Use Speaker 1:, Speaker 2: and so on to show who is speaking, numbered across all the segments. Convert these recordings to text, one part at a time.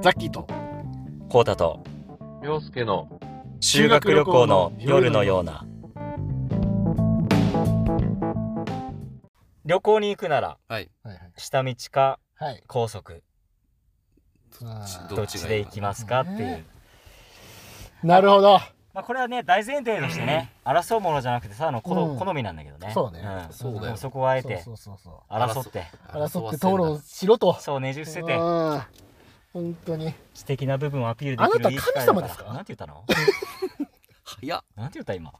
Speaker 1: ザッキーと
Speaker 2: コータと
Speaker 3: 洋介の
Speaker 2: 修学旅行の夜のような旅行に行くなら
Speaker 4: はい。
Speaker 1: はいはい
Speaker 2: 下道か
Speaker 1: はい
Speaker 2: 高速
Speaker 1: まあ
Speaker 2: どっちで行きますかっていう
Speaker 1: ねなるほど
Speaker 2: まあこれはね大前提としてね争うものじゃなくてさあのこ
Speaker 1: うん
Speaker 2: 好みなんだけどね
Speaker 1: そうね
Speaker 2: ん
Speaker 4: そうだよ
Speaker 2: でもそこはあえて
Speaker 1: そうそうそうそ
Speaker 2: 争って
Speaker 1: う争って討
Speaker 4: 討
Speaker 1: 論
Speaker 4: 論
Speaker 1: しろと
Speaker 2: そうねじ伏せて
Speaker 1: うん本当に
Speaker 2: 知的な部分をアピールできる
Speaker 1: あなた
Speaker 2: いい機会だら
Speaker 1: 神様ですか
Speaker 2: なんて言ったの
Speaker 4: いや、
Speaker 2: なんて言っ た今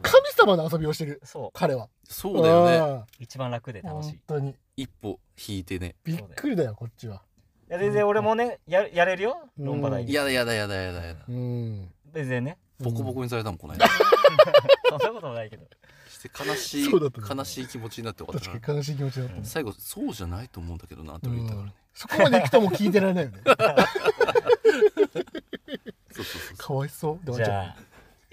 Speaker 1: 神様の遊びをしてる
Speaker 2: そう
Speaker 1: 彼は
Speaker 4: そうだよね。
Speaker 1: ね
Speaker 2: 一番楽で楽しいい
Speaker 1: 本当に
Speaker 4: 一歩引いてね。
Speaker 1: びっくりだよこっちは
Speaker 2: や全然俺もねややれるよ
Speaker 1: うん
Speaker 2: 論破台
Speaker 4: いやだやだやだやだやだ。
Speaker 1: うん
Speaker 2: 全然ね
Speaker 4: ボコボコにされたもん、この間。
Speaker 2: そんなこともないけど
Speaker 4: して悲しい、
Speaker 1: そうだったね
Speaker 4: 悲しい気持ちになって終わっ
Speaker 1: 確
Speaker 4: た
Speaker 1: かに。
Speaker 4: な
Speaker 1: 悲しい気持ちだったね
Speaker 4: 最後、そうじゃないと思うんだけどな、と言ったからね。
Speaker 1: そこまで行くともう聞いてられないよね
Speaker 4: そうそうそうそ
Speaker 1: かわいそうで
Speaker 2: じゃあ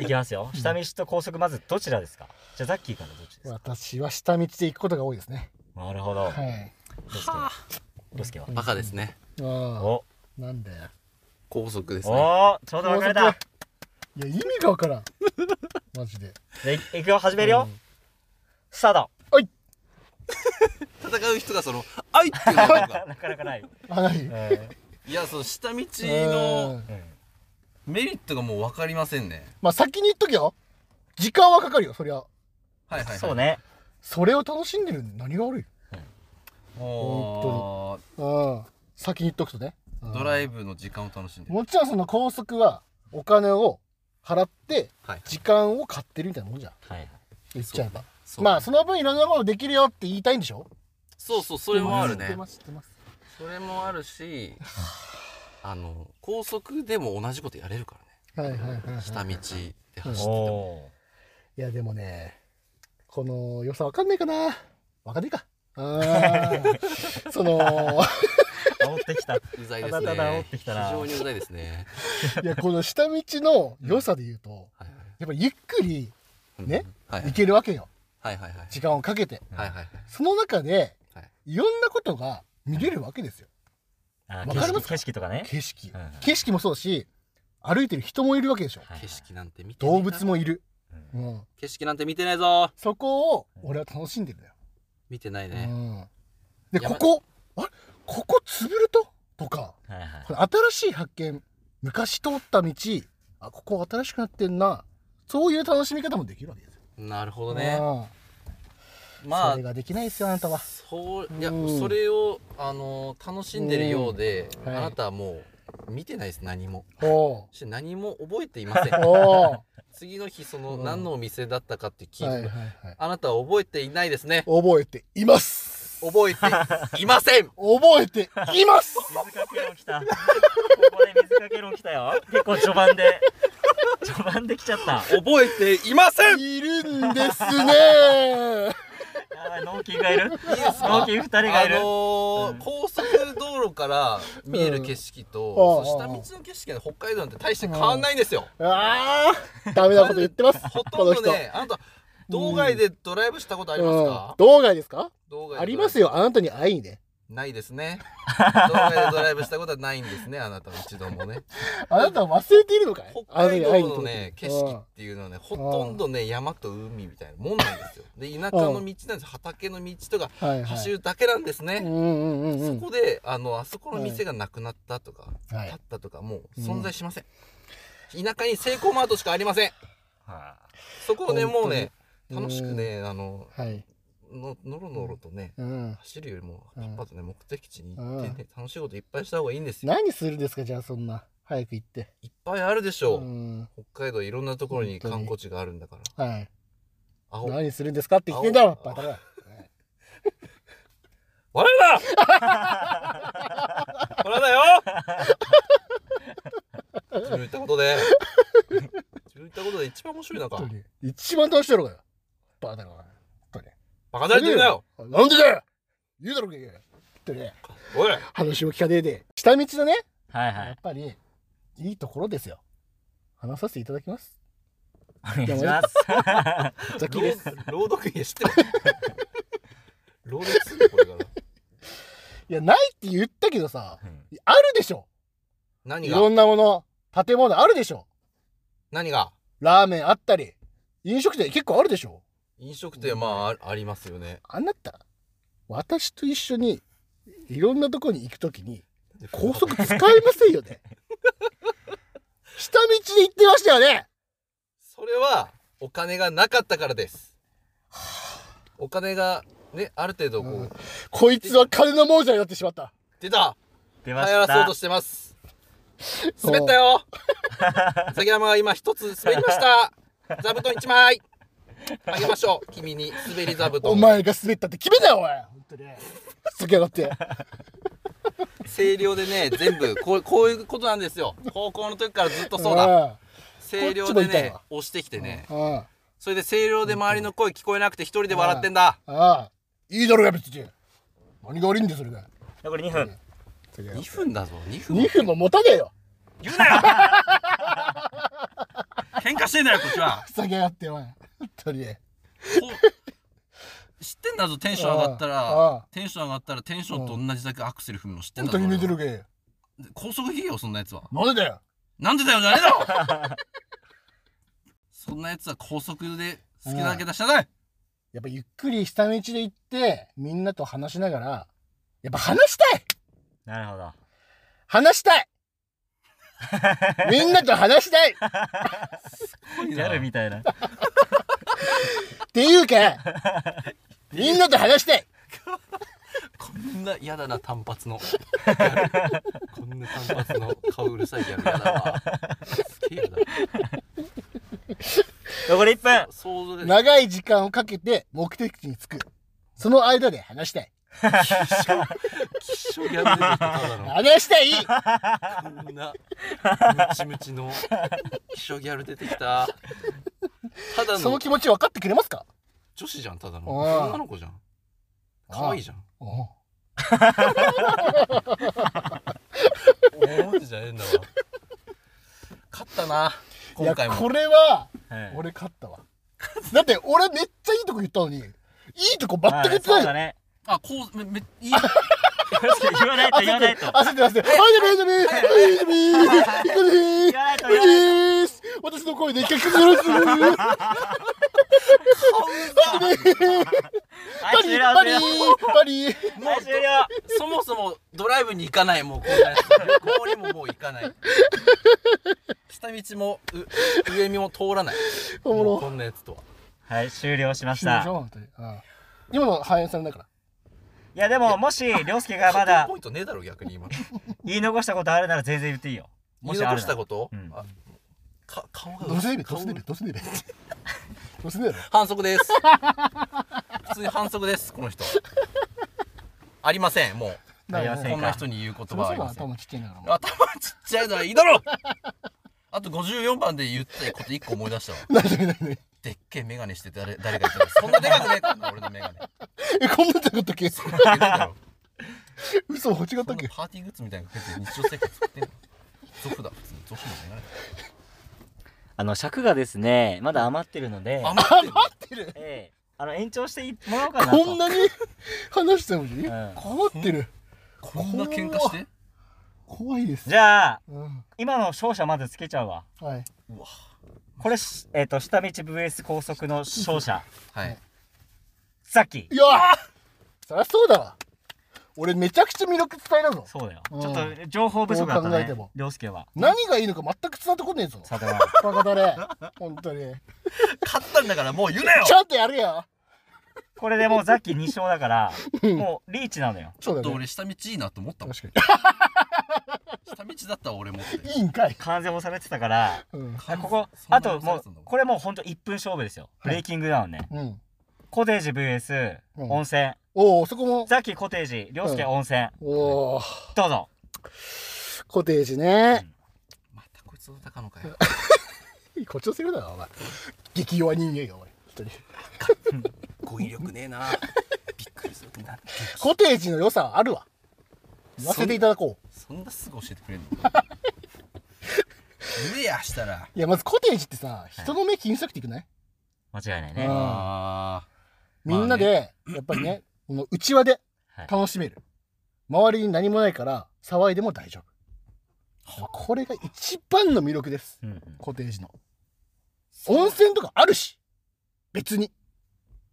Speaker 2: いきますよ下道と高速まずどちらですかじゃあザッキーからどっちですか
Speaker 1: 私は下道で行くことが多いですね
Speaker 2: なるほど
Speaker 1: はい
Speaker 2: どすけはどすけは
Speaker 4: う。バカですね。
Speaker 1: あ
Speaker 2: お
Speaker 1: あなんだよ
Speaker 4: 高速ですね。
Speaker 2: おーちょうど分かれた
Speaker 1: いや意味がわからんマジで
Speaker 2: じゃあいいくよ始めるよ
Speaker 1: うん
Speaker 2: スタート
Speaker 4: 戦う人がその、あいっていうのが。
Speaker 2: なかなかない
Speaker 1: あない、
Speaker 2: うん
Speaker 1: う
Speaker 4: いや、その下道
Speaker 1: ん、
Speaker 4: の
Speaker 2: うん
Speaker 4: メリットがもう分かりませんね。
Speaker 1: まあ先に言っときよ時間はかかるよそりゃ
Speaker 4: はいはいはい。
Speaker 2: そう。ね
Speaker 1: それを楽しんでるのに何が悪い
Speaker 4: お
Speaker 1: う
Speaker 4: ー
Speaker 1: ん先に言っとくとね、うん
Speaker 4: ドライブの時間を楽しんでる。
Speaker 1: もちろんその高速はお金を払って
Speaker 4: はい。
Speaker 1: 時間を買ってるみたいなもんじゃん
Speaker 2: はいはい
Speaker 1: 言っちゃえば
Speaker 4: そう
Speaker 1: まあその分いろんなことできるよって言いたいんでしょ
Speaker 4: そうそう、それもあ
Speaker 1: 知
Speaker 4: る
Speaker 1: って
Speaker 4: ね。
Speaker 1: ます知ってます
Speaker 4: それもあるし、あの、高速でも同じことやれるからね。
Speaker 1: はいはいはい、はい、
Speaker 4: 下道で走ってても。
Speaker 2: おー
Speaker 1: いやでもねこの良さわかんないかなわかんないかあ ーその
Speaker 2: 煽ってきた
Speaker 4: うざいです
Speaker 2: ただただ煽
Speaker 4: ね
Speaker 2: っ。てき
Speaker 4: 非
Speaker 2: たな
Speaker 4: 常にうざいですね。
Speaker 1: いやこの下道の良さで言うと
Speaker 4: はいはい
Speaker 1: やっぱゆっくり
Speaker 4: うん
Speaker 1: ね
Speaker 4: はいは
Speaker 1: 行
Speaker 4: い
Speaker 1: けるわけよ
Speaker 4: はいはいはい
Speaker 1: 時間をかけて
Speaker 4: はいはい
Speaker 1: その中で
Speaker 4: はい
Speaker 1: いろんなことが見れるわけですよ
Speaker 2: あ
Speaker 1: わかりますか
Speaker 2: 景色景色とかね
Speaker 1: 景色
Speaker 2: うん
Speaker 1: 景色もそうだし歩いてる人もいるわけでしょ
Speaker 2: はいはい
Speaker 4: 景色なんて見てねえな
Speaker 1: 動物もいる、
Speaker 2: うん
Speaker 1: うん、
Speaker 4: 景色なんて見てないぞ
Speaker 1: そこを俺は楽しんでるんだよ、
Speaker 4: 見てないうね
Speaker 1: ん、で
Speaker 4: やば
Speaker 1: こ
Speaker 4: い
Speaker 1: こあれここ潰れたとか
Speaker 2: はいはい
Speaker 1: これ新しい発見昔通った道あここ新しくなってんなそういう楽しみ方もできるわけですよ
Speaker 4: なるほどね
Speaker 1: う
Speaker 4: ま
Speaker 1: ん
Speaker 4: あ
Speaker 1: それができないですよあなたは
Speaker 4: そういや
Speaker 1: うん
Speaker 4: それをあの楽しんでるようで
Speaker 1: う
Speaker 4: あ
Speaker 1: んはい
Speaker 4: なたはもう見てないです何も
Speaker 1: お
Speaker 4: し何も覚えていません
Speaker 1: ーお ー
Speaker 4: 次の日その
Speaker 1: うん
Speaker 4: 何のお店だったかって聞
Speaker 1: はいはいい
Speaker 4: ても
Speaker 1: はい
Speaker 4: あなたは覚えていないですね
Speaker 1: 覚えています
Speaker 4: 覚えてい ません
Speaker 1: 覚えています
Speaker 2: 水かけ論来たここで水かけ論来たよ結構序盤で序盤で来ちゃった
Speaker 4: 覚えていません
Speaker 1: いるんです ね
Speaker 2: やばい脳筋がいる
Speaker 4: ですか
Speaker 2: 脳筋二人がいる
Speaker 4: あのー
Speaker 2: うん
Speaker 4: 高速道路から見える景色
Speaker 1: うん
Speaker 4: と、
Speaker 1: ああ
Speaker 4: その下道の景色は北海道なんて大して変わんないんですよ、
Speaker 1: あーダメなこと言ってます
Speaker 4: ほ
Speaker 1: ことの
Speaker 4: んど
Speaker 1: 人
Speaker 4: ねあなた道外でドライブしたことありますか、
Speaker 1: うん道外ですか
Speaker 4: 道外でドライブ
Speaker 1: ありますよあなたに会いにね
Speaker 4: ないですね道外でドライブしたことはないんですねあ なたは一度もね
Speaker 1: あなたは忘れているのかいあ
Speaker 4: 北
Speaker 1: なた
Speaker 4: 海
Speaker 1: に会い
Speaker 4: 道
Speaker 1: に
Speaker 4: のね景色っていうのはねほとんどね山と海みたいなもんなんですよで田舎の道なんですよ畑の道とか
Speaker 1: はいはい
Speaker 4: 走るだけなんですね、
Speaker 1: うんうんうんうん
Speaker 4: そこであのあそこの店がなくなったとか、
Speaker 1: は
Speaker 4: 立
Speaker 1: い
Speaker 4: ったとかもう存在しません、田舎にセイコーマートしかありませんそこをね
Speaker 1: 本当に
Speaker 4: もうね
Speaker 1: うん
Speaker 4: 楽しくねあの
Speaker 1: はい
Speaker 4: ののろのろとね
Speaker 1: うん
Speaker 4: 走るよりも
Speaker 1: う
Speaker 4: パ
Speaker 1: ん
Speaker 4: ッパとね目的地に行ってね楽しいこといっぱいした方がいいんですよ
Speaker 1: 何するんですかじゃあそんな早く行って
Speaker 4: いっぱいあるでし
Speaker 1: う
Speaker 4: ょうん北海道いろんなところに
Speaker 1: 本当
Speaker 4: 観
Speaker 1: に
Speaker 4: 光地があるんだから
Speaker 1: はい
Speaker 4: 青
Speaker 1: 何するんですかって聞いてんだろやっぱ
Speaker 4: 青
Speaker 1: ダメだ
Speaker 4: 笑う な笑うなよ自分言ったことで自分言ったことで一番面白いのか
Speaker 1: 本当に一番楽しいだろうがよバカだろうが本
Speaker 4: バカだれてんだよ
Speaker 1: 当になんでだよ言うだろうがよってね
Speaker 4: おい
Speaker 1: 話を聞かねえで下道のね
Speaker 2: はいは
Speaker 1: やっ
Speaker 2: い
Speaker 1: ぱりいいところですよ話させていただきます
Speaker 2: お願いします
Speaker 1: ザキです
Speaker 4: 朗朗読いや知ってる朗読するのこれから
Speaker 1: いやないって言ったけどさ
Speaker 2: うん
Speaker 1: あるでしょ
Speaker 4: 何
Speaker 1: い
Speaker 4: が
Speaker 1: ろんなもの、建物あるでしょ。
Speaker 4: 何が
Speaker 1: ラーメンあったり、飲食店結構あるでしょ。
Speaker 4: 飲食店まああありますよね。
Speaker 1: あなた、私と一緒に、いろんなとこに行くときに、高速使えませんよ ね。下道で行ってましたよね。
Speaker 4: それはお金がなかったからです。お金がね、ある程度こう、
Speaker 1: うんこいつは金の亡者になってしまった。
Speaker 4: 出た
Speaker 2: 出
Speaker 4: 流
Speaker 2: ま
Speaker 4: 行ら
Speaker 2: し
Speaker 4: そう
Speaker 2: た
Speaker 4: としてます。滑った よ崎山は今一つ滑りました座布団一枚あげましょう君に滑り座布団
Speaker 1: お前が滑ったって決めたよ、おい。本当に。ふざけやがって。
Speaker 4: 声量でね全部こうこういうことなんですよ高校の時からずっとそうだ
Speaker 1: だ。
Speaker 4: 声量
Speaker 1: こっち
Speaker 4: で
Speaker 1: も痛い
Speaker 4: ね
Speaker 1: わ
Speaker 4: 押してきてね
Speaker 1: うん。あ
Speaker 4: それで声量で周りの声聞こえなくて一人で笑ってんだ
Speaker 1: あ。いいだろうが、別に。何が悪いんだよ、それが。
Speaker 2: 残り2分
Speaker 4: 2分だぞ2分
Speaker 1: 2分も持たねえよ。
Speaker 4: 言 うなよ喧嘩してんだよこっちは
Speaker 1: ふざけやがって、お前。本当に。
Speaker 4: こう知ってんだぞテンション上がった
Speaker 1: ああ
Speaker 4: らテンション上がったらテンションと同じだけアクセル踏むの知ってん
Speaker 1: 本
Speaker 4: だ
Speaker 1: 当
Speaker 4: ぞ
Speaker 1: に見て
Speaker 4: 俺
Speaker 1: る
Speaker 4: は
Speaker 1: げえ。
Speaker 4: 高速ひげよそんなやつは
Speaker 1: なんでだよ。
Speaker 4: なんでだよじゃねえだろ そんなやつは高速で好きなだけ出しなさい
Speaker 1: やっぱゆっくり下道で行って、みんなと話しながら、やっぱ話したい
Speaker 2: なるほど
Speaker 1: 話した いみんなと話したいっ
Speaker 2: ギャルみたいな
Speaker 1: ていうか、みんなと話したい
Speaker 4: こんな嫌だな単発のこんな単発の顔うるさいギャル嫌 だわすげえ
Speaker 2: 残り1分
Speaker 4: だ想像できない
Speaker 1: 長い時間をかけて目的地に着く。その間で話したい。
Speaker 4: 希少ギャル出てきたただの
Speaker 1: 話したい
Speaker 4: こんなムチムチの気象ギャル出てきたただ
Speaker 1: その
Speaker 4: の
Speaker 1: 気持ち分かってくれますか
Speaker 4: 女子じゃんただの
Speaker 1: ああ
Speaker 4: 女の子じゃん可愛いじゃん
Speaker 1: おう
Speaker 4: マジじゃねえんだわ勝ったない
Speaker 1: や、
Speaker 4: 今回も
Speaker 1: これは、
Speaker 2: はい
Speaker 1: 俺勝ったわ。だって俺めっちゃいいとこ言ったのに、いいとこ全く言ってない
Speaker 2: そう
Speaker 1: よ
Speaker 2: だ。ね
Speaker 4: あこうめめいい
Speaker 2: 言わないと言わ
Speaker 1: 焦
Speaker 2: な
Speaker 1: っ
Speaker 2: い
Speaker 1: て
Speaker 2: と
Speaker 1: る焦ってる焦ってるはいダメはいダメはいダメ
Speaker 2: 言わないと
Speaker 1: はいダメ
Speaker 2: 言わない
Speaker 1: 無理です私の声で一回崩れます
Speaker 2: は
Speaker 1: パリ
Speaker 2: い
Speaker 1: パ
Speaker 2: 終了
Speaker 1: リ
Speaker 2: 終了
Speaker 1: パリ
Speaker 2: はい終了
Speaker 4: そもそもドライブに行かないもうこんなやつ旅行にももう行かない下道もう上見も通らない
Speaker 1: おも
Speaker 4: もう
Speaker 1: ろ
Speaker 4: こんなやつとは
Speaker 2: はい終了しまし
Speaker 1: 死ぬで
Speaker 2: た
Speaker 1: しょ本当にうん今の反映されだから
Speaker 2: いやでももし涼介がま
Speaker 4: 勝
Speaker 2: だ
Speaker 4: 手にポイントねえだろ逆に今
Speaker 2: 言い残したことあるなら全然言っていいよも
Speaker 4: 言い
Speaker 2: しあ
Speaker 4: 残
Speaker 2: る
Speaker 4: し
Speaker 2: な
Speaker 4: た
Speaker 2: ら
Speaker 4: こと、
Speaker 2: うん
Speaker 4: あか顔が
Speaker 1: どうせねえべど
Speaker 4: 顔
Speaker 1: うせ
Speaker 4: が
Speaker 1: ねえべどうせねえべどうせねえだろ
Speaker 4: 反 則です普通に反則ですこの人ありませんもう
Speaker 2: ありませ
Speaker 4: こ
Speaker 2: ん
Speaker 4: ん
Speaker 2: か
Speaker 4: な人に言う言
Speaker 1: そ
Speaker 4: 葉
Speaker 1: も
Speaker 4: はあ
Speaker 1: そも
Speaker 4: りません
Speaker 1: 頭ちっちゃいんだから
Speaker 4: 頭ちっちゃいのはいいだろあと54番で言ったこと1個思い出したわ
Speaker 1: 何何何何
Speaker 4: でっけえ眼鏡して誰誰か言ってたそんなでかくねえからな俺の眼鏡
Speaker 1: えこんなんじゃなかったっけ嘘間違った
Speaker 4: こ
Speaker 1: っ
Speaker 4: ん
Speaker 1: け
Speaker 4: なパーティーグッズみたいなのかけて日常生活送ってんのゾフだ普通にゾフの眼
Speaker 2: あの尺がですねまだ余ってるので
Speaker 4: 鏡余ってる
Speaker 1: 合ってる
Speaker 2: ええあの延長してもらおうかなと
Speaker 1: こんなに 話してたのに
Speaker 2: う
Speaker 1: 変わ
Speaker 2: ん
Speaker 1: ってる
Speaker 4: こんな喧嘩して
Speaker 1: 怖いです
Speaker 2: じゃあ
Speaker 1: うん
Speaker 2: 今の勝者まずつけちゃうわ
Speaker 1: はいう
Speaker 4: わ
Speaker 2: これしえっ、と下道 VS 高速の勝 者
Speaker 4: はい
Speaker 2: ザッキー
Speaker 1: いやそりゃそうだわ俺めちゃくちゃ魅力伝えたぞ
Speaker 2: そうだよ、
Speaker 1: うん
Speaker 2: ちょっと情報不足だった
Speaker 1: どう考えて
Speaker 2: ね
Speaker 1: も
Speaker 2: 涼介は
Speaker 1: 何がいいのか全く伝わってこねえぞ
Speaker 2: さては
Speaker 1: バカだれ 本当に
Speaker 4: 勝ったんだからもう言うなよ
Speaker 1: ちゃんとやるよ
Speaker 2: これでもうザッキー2勝だからもうリーチなのよ
Speaker 1: そうだ
Speaker 4: と
Speaker 1: ね
Speaker 4: 俺下道いいなと思ったもん
Speaker 1: 確か
Speaker 4: 下道だったわ俺もって
Speaker 1: にいいんかい、
Speaker 2: 完全押されてたから
Speaker 1: うん
Speaker 2: ここ
Speaker 4: そんな
Speaker 2: あと
Speaker 4: 押さ
Speaker 2: も
Speaker 4: れ
Speaker 2: う
Speaker 4: てたんだもん
Speaker 2: これもうほんと1分勝負ですよブレイキングダウンね、
Speaker 1: うん、
Speaker 2: コテージ VS
Speaker 1: うん
Speaker 2: 温泉、
Speaker 1: おおそこも
Speaker 2: ザッキーコテージ涼介
Speaker 1: うん
Speaker 2: 温泉、
Speaker 1: おお
Speaker 2: どうぞ
Speaker 1: コテージね、
Speaker 4: またこいつの高野か よ
Speaker 1: こっちのせいだなお前激弱人間がお前本当に
Speaker 4: 語彙力ねえなびっくりすると思う
Speaker 1: コテージの良さはあるわ言わせていただこう
Speaker 4: そんなすぐ教えてくれん の言えやしたら
Speaker 1: いやまずコテージってさ人の目気にしなくていくない、
Speaker 2: 間違いないね、
Speaker 1: うん
Speaker 4: あ
Speaker 1: みんなで、やっぱりねこの内輪で
Speaker 2: はい
Speaker 1: 楽しめる、周りに何もないから騒いでも大丈夫
Speaker 4: あ
Speaker 1: これが一番の魅力です
Speaker 2: うんうん
Speaker 1: コテージの温泉とかあるし別に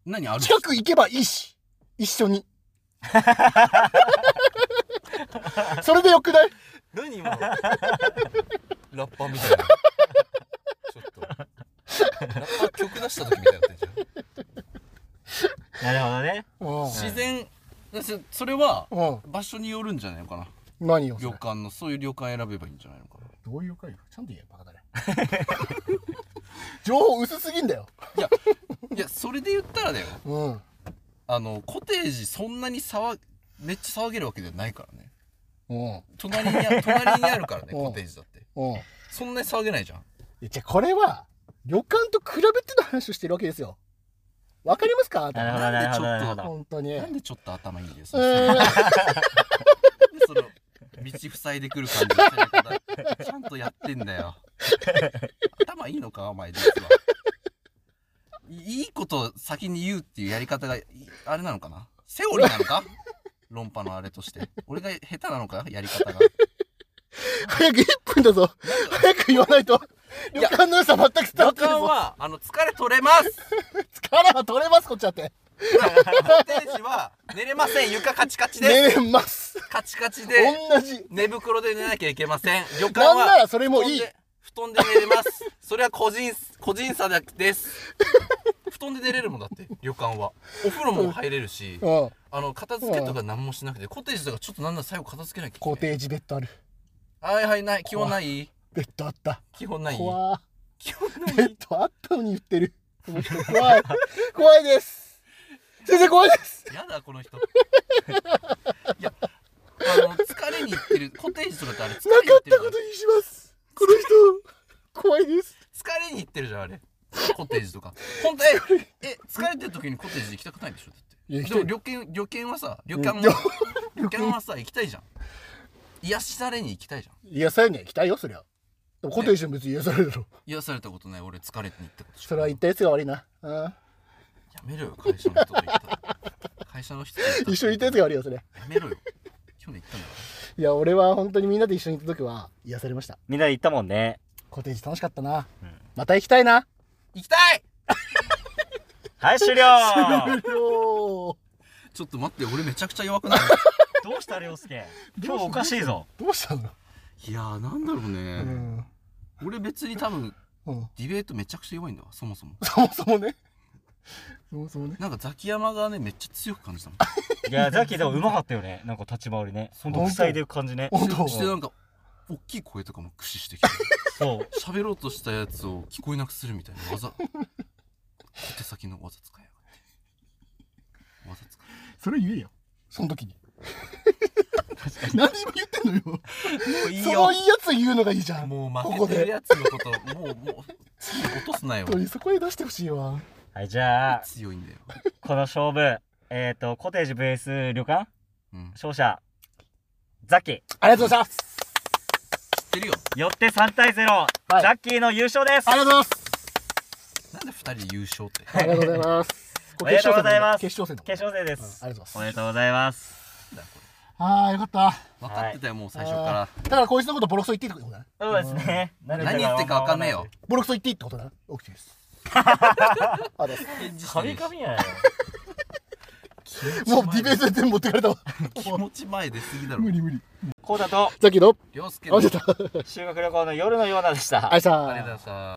Speaker 4: 何ある
Speaker 1: 近く行けばいいし一緒に それでよくない
Speaker 4: 何 今のラッパーみたいなちょっとラッパー曲出した時みたいになってんじゃん
Speaker 2: なるほどね。
Speaker 1: うん
Speaker 4: 自然ですそれは
Speaker 1: うん
Speaker 4: 場所によるんじゃないのかな
Speaker 1: 何をそ
Speaker 4: 旅
Speaker 1: れ
Speaker 4: 館のそういう旅館選べばいいんじゃないのかな
Speaker 1: どういう会よちゃんと言えよバカだね 情報薄すぎんだよ
Speaker 4: いやいやそれで言ったらだよ
Speaker 1: うん
Speaker 4: あのコテージそんなに騒めっちゃ騒げるわけじゃないからね
Speaker 1: うん
Speaker 4: 隣に あ隣にあるからね
Speaker 1: うん
Speaker 4: コテージだって
Speaker 1: うん
Speaker 4: そんなに騒げないじゃん
Speaker 1: いやじゃあこれは旅館と比べての話をしてるわけですよわかりますかあな
Speaker 2: な
Speaker 1: た
Speaker 2: るほど、
Speaker 4: なんで
Speaker 2: なるほど、なるほ
Speaker 4: ちょっと
Speaker 2: ど。
Speaker 1: 本当に
Speaker 4: なんでちょっと頭いいんだよその
Speaker 1: うん
Speaker 4: その道塞いでくる感じの攻め方ちゃんとやってんだよ頭いいのかお前実はいいいことを先に言うっていうやり方がいあれなのかなセオリーなのか論破のあれとして俺が下手なのかやり方が
Speaker 1: 早く1分だぞ早く言わないと
Speaker 4: い
Speaker 1: 旅
Speaker 4: や
Speaker 1: 館の良さ全く伝わ
Speaker 4: 旅
Speaker 1: ってる
Speaker 4: 館
Speaker 1: ぞ
Speaker 4: はあの疲れ取れます
Speaker 1: 力は取れますこっちだって
Speaker 4: コテージは寝れません床カチカチです、
Speaker 1: 寝れます
Speaker 4: カチカチで
Speaker 1: 同じ
Speaker 4: 寝袋で寝なきゃいけません旅館
Speaker 1: なんな
Speaker 4: は
Speaker 1: らそれもいい
Speaker 4: 布団で布団で寝れますそれは個人個人差だです布団で寝れるもんだって旅館はお風呂も入れるし
Speaker 1: うん
Speaker 4: あの片付けとか何もしなくてコテージとかちょっとなんなら最後片付けなきゃいけ
Speaker 1: コ
Speaker 4: ない
Speaker 1: テージベッドある
Speaker 4: はいはいない基本ない
Speaker 1: ベッドあった
Speaker 4: 基本ない
Speaker 1: 怖ー
Speaker 4: 基本
Speaker 1: ベ
Speaker 4: ない
Speaker 1: ッドあったのに言ってる面白い怖い怖い です先生怖いです
Speaker 4: やだこの人いやあの疲れに行ってるコテージとかってあれ疲
Speaker 1: な
Speaker 4: れに
Speaker 1: か
Speaker 4: 行っ
Speaker 1: ってた
Speaker 4: る
Speaker 1: ことにしますこの人怖いです
Speaker 4: 疲れに行ってるじゃんあ れコテージとか本当ええ疲れてる時にコテージ行きたくないでしょだって
Speaker 1: いや行き
Speaker 4: で
Speaker 1: たい
Speaker 4: も旅券旅券はさ旅館も
Speaker 1: うん
Speaker 4: 旅券はさ行きたいじゃん癒しされに行きたいじゃん
Speaker 1: 癒されには行きたいよそりゃでもコテージでも別に癒されるだろ
Speaker 4: 癒されたことない俺疲れてに行ったことしか
Speaker 1: それは言ったやつが悪いなうん
Speaker 4: やめろよ会社の人と行ったら会社の人と行ったら
Speaker 1: 一緒に行ったやつが悪いよそれ
Speaker 4: やめろよ去年行ったんだか
Speaker 1: いや俺は本当にみんなで一緒に行った時は癒されました
Speaker 2: みんなで行ったもんね。
Speaker 1: コテージ楽しかったな、
Speaker 2: うん
Speaker 1: また行きたいな
Speaker 4: ら行きたい
Speaker 2: はい、 終了。
Speaker 1: ど
Speaker 4: ちょっと待って俺めちゃくちゃ弱 くない
Speaker 2: どうした、涼介。今日おかしいぞ。
Speaker 1: うしたの
Speaker 4: いやーなんだろう
Speaker 1: う
Speaker 4: ね、
Speaker 1: ん、
Speaker 4: 俺別に多分
Speaker 1: うん、
Speaker 4: ディベートめちゃくちゃ弱いんだわそもそも
Speaker 1: そもそもねそもそもね
Speaker 4: なんかザキヤマがねめっちゃ強く感じたもん
Speaker 2: いや、ザキでもうまかったよね。なんか立ち回りね。その塞いでる感じね。
Speaker 1: 本
Speaker 4: そ
Speaker 1: 当
Speaker 4: してなんか大きい声とかも駆使してき て
Speaker 2: そう。
Speaker 4: 喋ろうとしたやつを聞こえなくするみたいな技小手先の技使いやがって技使
Speaker 1: それ言えよその時に何今言ってんのよ
Speaker 4: いもういい
Speaker 1: そ
Speaker 4: よ
Speaker 1: ういうやつ言うのがいいじゃん
Speaker 4: もう
Speaker 1: こ
Speaker 4: 負
Speaker 1: こ
Speaker 4: けてる
Speaker 1: で
Speaker 4: やつのこともうもう次落とすなよ
Speaker 1: 本当にそこへ出してほしいわ
Speaker 2: はい、じゃあ、
Speaker 4: 強いんだよ、
Speaker 2: この勝負。えっと、コテージ VS 旅館
Speaker 4: うん、知っ
Speaker 2: 勝者。ザキ。
Speaker 1: ありがとうございます
Speaker 4: てるよ
Speaker 2: よって3対0。
Speaker 1: はい
Speaker 2: ザッキーの優勝です
Speaker 1: あ。りがとうございます
Speaker 4: なんで二人で優勝って
Speaker 1: ありがとうございます
Speaker 2: おめでとうございます
Speaker 1: 決勝戦だ
Speaker 2: 決勝戦で
Speaker 1: 戦
Speaker 2: す
Speaker 1: あ。りがとうご
Speaker 2: お
Speaker 1: ざ
Speaker 2: め
Speaker 1: い
Speaker 2: で
Speaker 1: ます
Speaker 2: とうございます。
Speaker 1: ああよかった
Speaker 4: 分かってたよ、もう最初か
Speaker 1: だからこいつのことボロクソ言っていいってことだね
Speaker 2: そうですね。何
Speaker 4: ら何言ってるか分かんねえよ。
Speaker 1: ボロクソ言っていいってことだな OK ですありがとうござい
Speaker 4: 返事して
Speaker 2: カ
Speaker 4: ねえ
Speaker 2: ミ
Speaker 4: し
Speaker 2: カミやよ。
Speaker 1: ますもうディベートで全部持ってかれたわ
Speaker 4: 気持ち前出すぎだろ
Speaker 1: 無理無 理
Speaker 2: コウタと
Speaker 1: さっきの
Speaker 4: 涼介
Speaker 1: あ
Speaker 4: のあ
Speaker 1: 出
Speaker 4: り
Speaker 1: た
Speaker 2: 修学旅行の夜のようなでした。
Speaker 1: ありがとうございました
Speaker 4: がとうございました